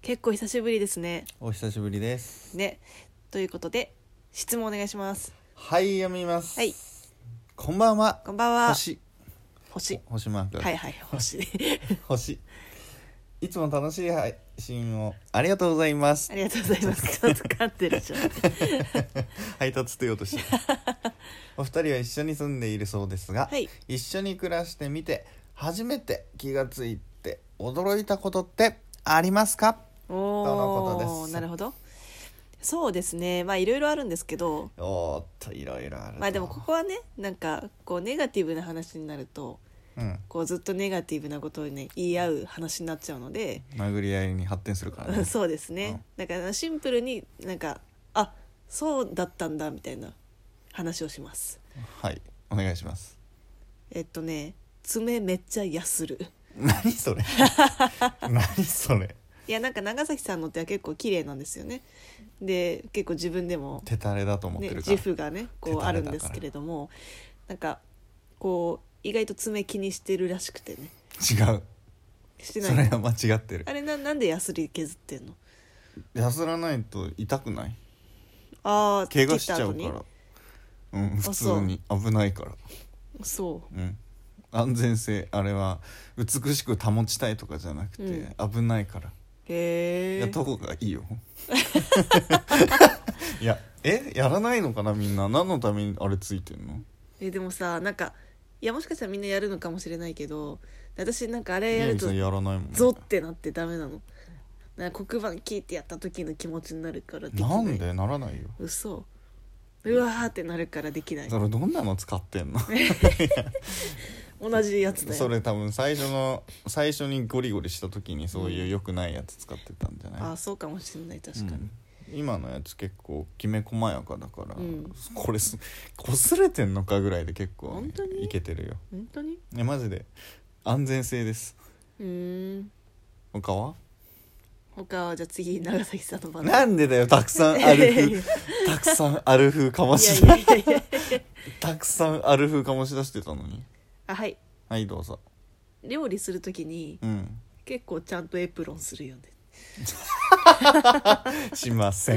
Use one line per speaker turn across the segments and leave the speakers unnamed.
結構久しぶりですね
お久しぶりです
ねということで質問お願いします
はい読みます
はい
こんばんは
こんばんは
星
星
星マーク
はい はい星
星いつも楽しい配信をありがとうございます
ありがとうございますちょっと噛んでる じゃん
配達とようとして お二人は一緒に住んでいるそうですが、
はい
一緒に暮らしてみて初めて気がついて驚いたことってありますか
お
とのこと
お
です
なるほどそうですねまあいろいろあるんですけど
おーっといろいろあると
まあでもここはねなんかこうネガティブな話になると
うん
こうずっとネガティブなことをね言い合う話になっちゃうので、
殴り合いに発展するからね
そうですね、だからシンプルになんかあそうだったんだみたいな話をします
はいお願いします
えっとね爪めっちゃやする
何 それ何それ
いやなんか長崎さんの手は結構綺麗なんですよねで結構自分でも
手たれだと思って
ね、
るから、
自負がねこう
手
あ
垂れだから
るんですけれどもなんかこう意外と爪気にしてるらしくてね
違う
して
そ
な
れ
い
は間違ってる
あれななんでヤスリ削ってんの
やすらないと痛くない
ああ
怪我しちゃうからうん普
あ
通
そう
に危ないから
そ
うん安全性あれは美しく保ちたいとかじゃなくて、危ないから
うへ
や
え
った方がいい よいやえやらないのかなみんな何のためにあれついてんの
えでもさなんかいやもしかしたらみんなやるのかもしれないけど私なんかあれや
宮
ると
城さんやらないもん、ね、
ゾってなってダメなのなんか黒板キーってやった時の気持ちになるからできない
なんでならないよ
嘘うわーってなるからできない
だからどんなの使って んの
同じやつだよ
それ多分最初の最初にゴリゴリした時にそういう良くないやつ使ってたんじゃない、
ああそうかもしれない確かに、
うん今のやつ結構きめ細やかだから、
うん
これす擦れてんのかぐらいで結構ね
本当に
いけてるよ
本当に
いやマジで安全性です
うーん
他は
他はじゃあ次長崎さんの番
なんでだよたくさんある風たくさんある風かま
いや
し
いやいやいや
たくさんある風かまし出してたのに
あはい
はいどうぞ
料理するときに
うん
結構ちゃんとエプロンするよね
しません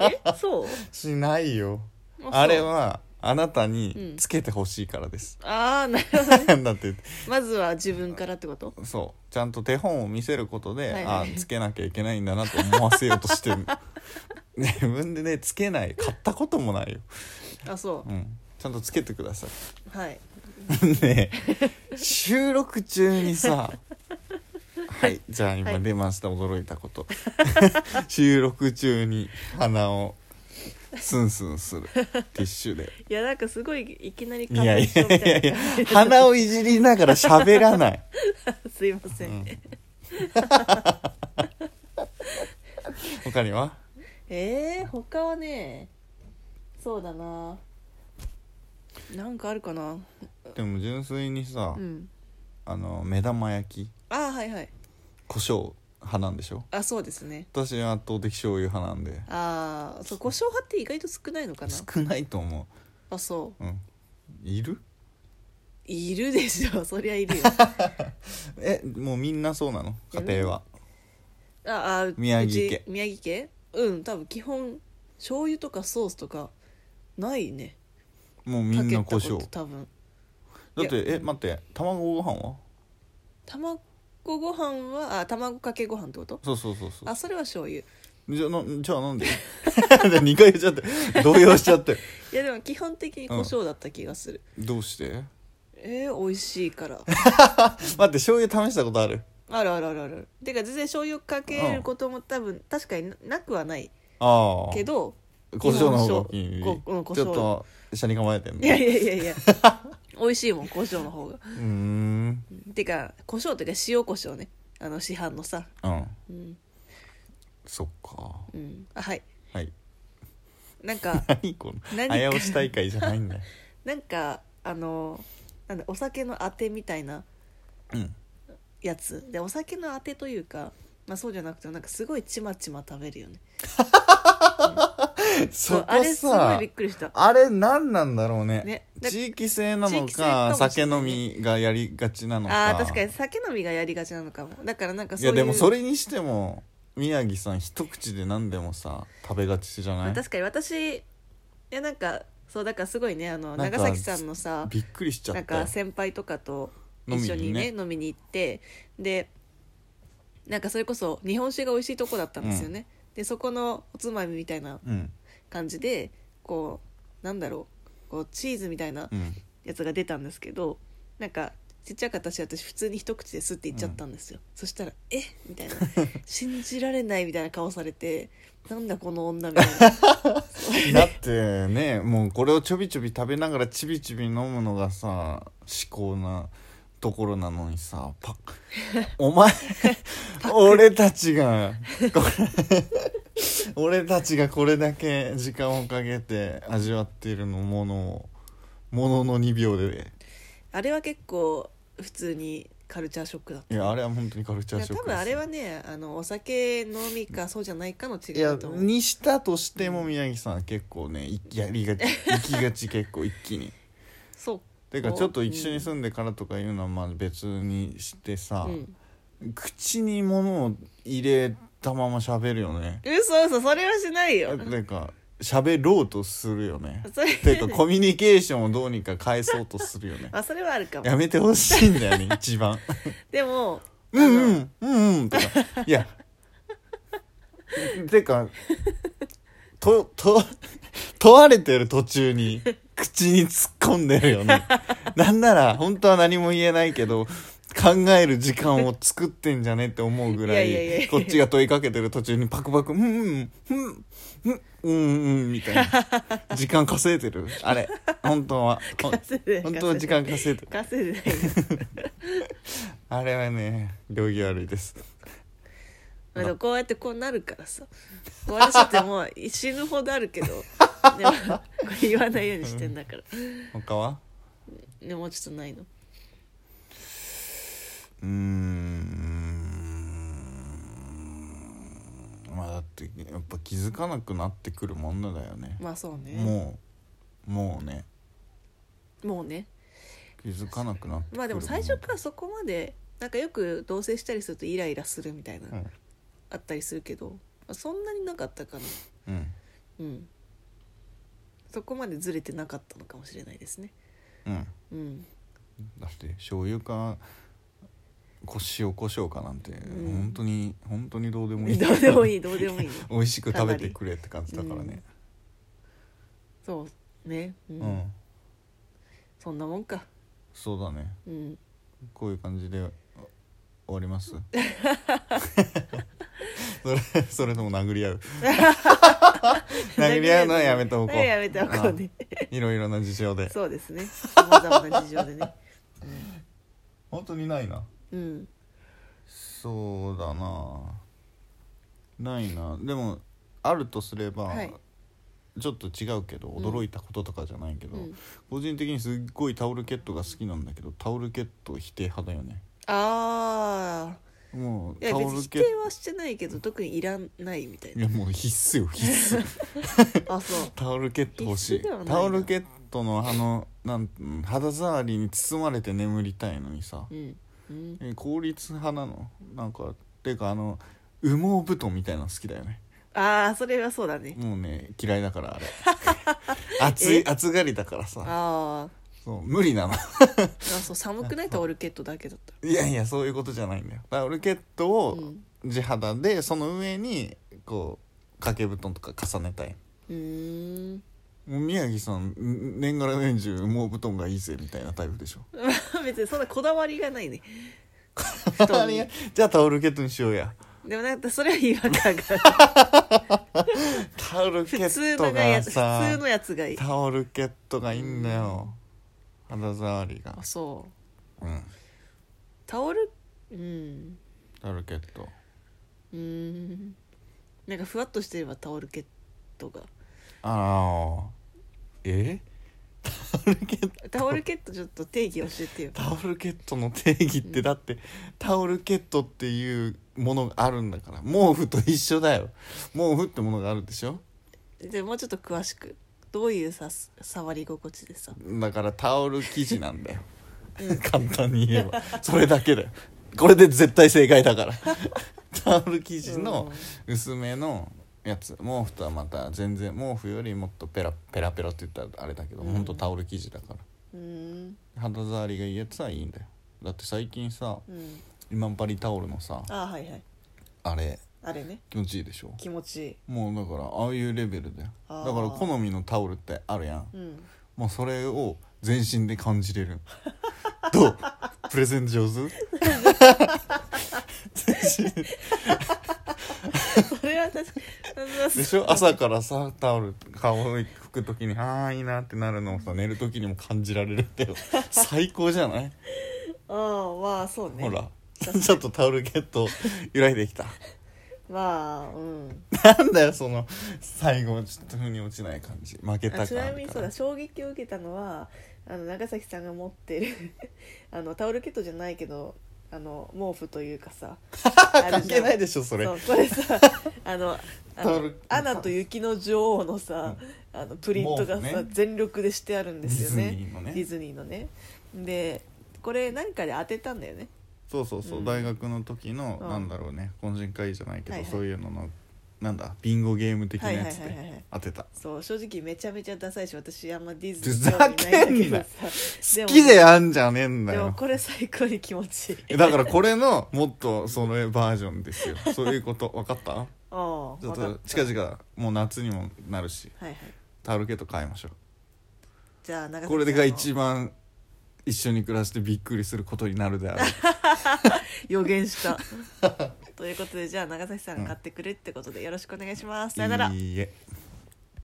えそう
しないよ
あそう
あれはあなた
う
に
ん
つけてほしいか らです、
ああなるほどね
だって
まずは自分からってこと
そうちゃんと手本を見せることで、
はいはい
あつけなきゃいけないんだなと思わせようとして る自分でねつけない買ったこともないよ、
あそう
う、ん、ちゃんとつけてくださ
はい
いねえ収録中にさはいじゃあ
は
今
い
出ました、驚いたこと 収録中に鼻をスンスンするティッシュで
いやなんかすごいいきなり
いやい
し
や
ようみ
い
た
や
い
いや
な感
鼻をいじりながら喋らない
じ すいません、
うん 他には
えー、他はねそうだななんかあるかな
でも純粋にさ、
うん
あの目玉焼き
あーはいはい
胡椒派なんでしょ
あそうですね
私は圧倒的醤油派なんで
ああそう胡椒派って意外と少ないのかな
少ないと思
あそう
う、うん、いる
いるでしょ そりゃいるよ
えもうみんなそうなの家庭は
ああうち
宮城家
宮城家うん多分基本醤油とかソースとかないね
もうみんな胡
かけ
椒
たこと多分
だっ
い
てえ待って卵ご飯は
卵ご飯はあ卵かけご飯ってこと
そうそうそうそ
あそれは醤油
うじゃあなじゃあなんで 2回言っちゃって動揺しちゃって
いやでも基本的に胡椒だった気がする、
どうして
えー、美味しいから
待って醤油試したことある
あるあるあるあるてか全然醤油かけることも多分確かにななくはない
ああ
けど
胡椒の方がい
日
い
本酒こうん胡椒
ちょっと車に構えてんの
いやいやいやい や美味しいもん胡椒の方が
うーん
てか胡椒というか塩胡椒ねあの市販のさ
うん
うん
そっか
うんあはい
はい
なんか
何この
何か
早押し大会じゃない んだよ
なんかあのなんだお酒のあてみたいな
うん
やつでお酒のあてというかまあそうじゃなくてなんかすごいちまちま食べるよねそ
そう
あ
こ
れすごい
さ
びっくりした
あれ何なんだろうね
ねだ
地域性なの
地域性か
か
もしれない
酒飲みがやりがちなのか
あー確かに酒飲みがやりがちなのかもだからなんか
い
そうい
や
う
でもそれにしても宮城さん一口で何でもさ食べがちじゃ
ま
な
あ
い
確かに私いやなんかそうだからすごいねあの
なんか
長崎さんのさ
びっくりしちゃ
なん
ったよ
か先輩とかと
飲みにね
一緒にね飲みに行ってでなんかそれこそ日本酒が美味しいとこだったんですよね、でそこのおつまみみたいな
うん
感じでこうなんだろうこうチーズみたいな
うん
やつが出たんですけどなんかちっちゃかったし私普通に一口ですって言っちゃったんですよ、そしたら「えみたいな「信じられない」みたいな顔されて「なんだこの女」みたいな
だってねもうこれをちょびちょび食べながらちびちび飲むのがさ至高なところなのにさパお前俺たちがこれ俺たちがこれだけ時間をかけて味わっているのものをものの2秒で
あれは結構普通にカルチャーショックだった
いやあれは本当にカルチャーショッ
多
クです
分あれはねあのお酒飲みかそうじゃないかの違
い
いだ
や
と思う
にしたとしても宮城さんは結構ねいやりがち行きがち結構一気に。
そう
てかちょっと一緒に住んでからとかいうのはまあ別にしてさ、
うん
口に物を入れたまま喋るよね
嘘嘘それはしないよ
ていうか喋ろうとするよね
それ
ていうかコミュニケーションをどうにか返そうとするよね
あそれはあるかも
やめてほしいんだよね一番
でもあ
う
の
んうんうんうんとかいやてかとと問われてる途中に口に突っ込んでるよねなんなら本当は何も言えないけど考える時間を作ってんじゃねって思うぐらい
いやいやいや
こっちが問いかけてる途中にパクパク「うんうんうんうんうんうん」みたいな時間稼いでるあれ本当はほん
稼いでない
本当は時間稼いでる
稼いで ないよ
あれはね行儀悪いです
まあでもこうやってこうなるからさこう私ってもう死ぬほどあるけ どでもこれ言わないようにしてんだから
他は
でもうちょっとないの
うーんまあだってやっぱ気づかなくなってくるものだよね、
まあそうねも
もうもうね
うね
気づかなくなってくる
まあでも最初からそこまでなんかよく同棲したりするとイライラするみたいな、
うん
あったりするけどそんなになかったかな
うん
うんそこまでずれてなかったのかもしれないですね
うん
うん
だって醤油かこ塩コショウかなんて、
うん
本当に本当にどうでもいい
どうでもいいどうでもいいね
美味しく食べてくれって感じだからね
そうねう、
うんん、
そんなもんか
そうだね
うん
こういう感じであ終わります それそれとも 殴り合う殴り合うのはやめておこう
やめておこうね
いろいろな事情で
そうですねさまざまな事情でね
本当にないな
うん
そうだなないなでもあるとすれば、
はい
ちょっと違うけど
うん
驚いたこととかじゃないけど、
うん
個人的にすっごいタオルケットが好きなんだけどタオルケット否定派だよね
ああ
もう
いや
タ
別
オ
に
ル
否
ケッ
定はしてないけど特にいらないみたい
ト
な
いやもう必須よ必須
あそう
タオルケット欲しい
必須ではないな
タオルケットのあのなんうん肌触りに包まれて眠りたいのにさ、
うんうん
え効率派なのなんかていうかあの羽毛布団みたいなの好きだよね
ああそれはそうだね
もうね嫌いだから あれ暑い暑がりだからさ
ああ
そう無理なの
あそう寒くないタオルケットだけだった
いやいやそういうことじゃないんだよタオルケット
う
を
ん
地肌でその上にこう掛け布団とか重ねたい
うん
もう宮城さんん年がら年中羽毛布団がいいぜみたいなタイプでしょ
別にそんなこだわりがないね
あ
団
れ
に
やじゃあタオルケットにしようや
でもなんかそれは違和感がある
タオルケ
普通
ッ
の
ト
がや
が
つ普
さ
通のやつがいい
タオルケットがいいんだよ肌触りが
あそう
うん
タオルうん
タオルケット
うんなんかふわっとしてればタオルケットが
ああえ
タオルケットちょっと定義教えてよ
タオルケットの定義ってだってタオルケットっていうものがあるんだから毛布と一緒だよ毛布ってものがあるでしょ
でもうちょっと詳しくどういうさす触り心地でさ
だからタオル生地なんだよ簡単に言えばそれだけだよこれで絶対正解だからタオル生地の薄めのやつ毛布とはまた全然毛布よりもっとペラペラペラって言ったらあれだけど、
うん
ほんとタオル生地だか
うーん
ら肌触りがいいやつはいいんだよだって最近さ
うん
今治タオルのさ
あはいはい
あれ
あれね
気持ちいいでしょ
気持ちいい
もうだからああいうレベルだよだ
あー
から好みのタオルってあるやん
うん
もうそれを全身で感じれる どうプレゼン上 手全身
それは確か
でしょ朝からさタオル顔を拭く時にああいいなってなるのをさ寝る時にも感じられるって よ最高じゃない、
ああまあそうね
ほらちょっとタオルケット揺らいできた
まあうん
なんだよその最後ちょっと腑に落ちない感じ負けた
あ
感
ちなみに
ある
そ
か
う
ら
だ衝撃を受けたのはあの長崎さんが持ってる あのタオルケットじゃないけどあの毛布というか さあ
関係ないでしょそ
そ
れ
うこれさあのあ
タオ
の
ル
「アナと雪の女王」のさ、あのプリントがさ、
毛布ね
全力でしてあるんですよ
ディズニ
ね
ーのね
ディズニーのねでこれ何かで当てたんだよね
そうそうそう、
うん
大学の時の、
うん
なんだろうね懇親会じゃないけど、
はいはい
そういうののなんだビンゴゲーム的なやつ
はいはいはいは
で
い
当てた、
そう正直めちゃめちゃダサいし私あんまディズニ
ふ
ー
ざ
興味ないんだ
け
け
んな
ど
よ
さ
好きでやんじゃねえんだ
でも
よ
これ最高に気持ちいい
だからこれのもっとそれバージョンですよそういうこと分かった
ああ
ちょっ
わか
と
た
近々もう夏にもなるし
はいはい
タオルケット買いましょ
じゃあ長崎
うこれが一
番
番一緒に暮らしてびっくりすることになるであろう
予言した ということでじゃあ長崎さんが買ってくれってことでよろしくお願いします、さよなら
いいえ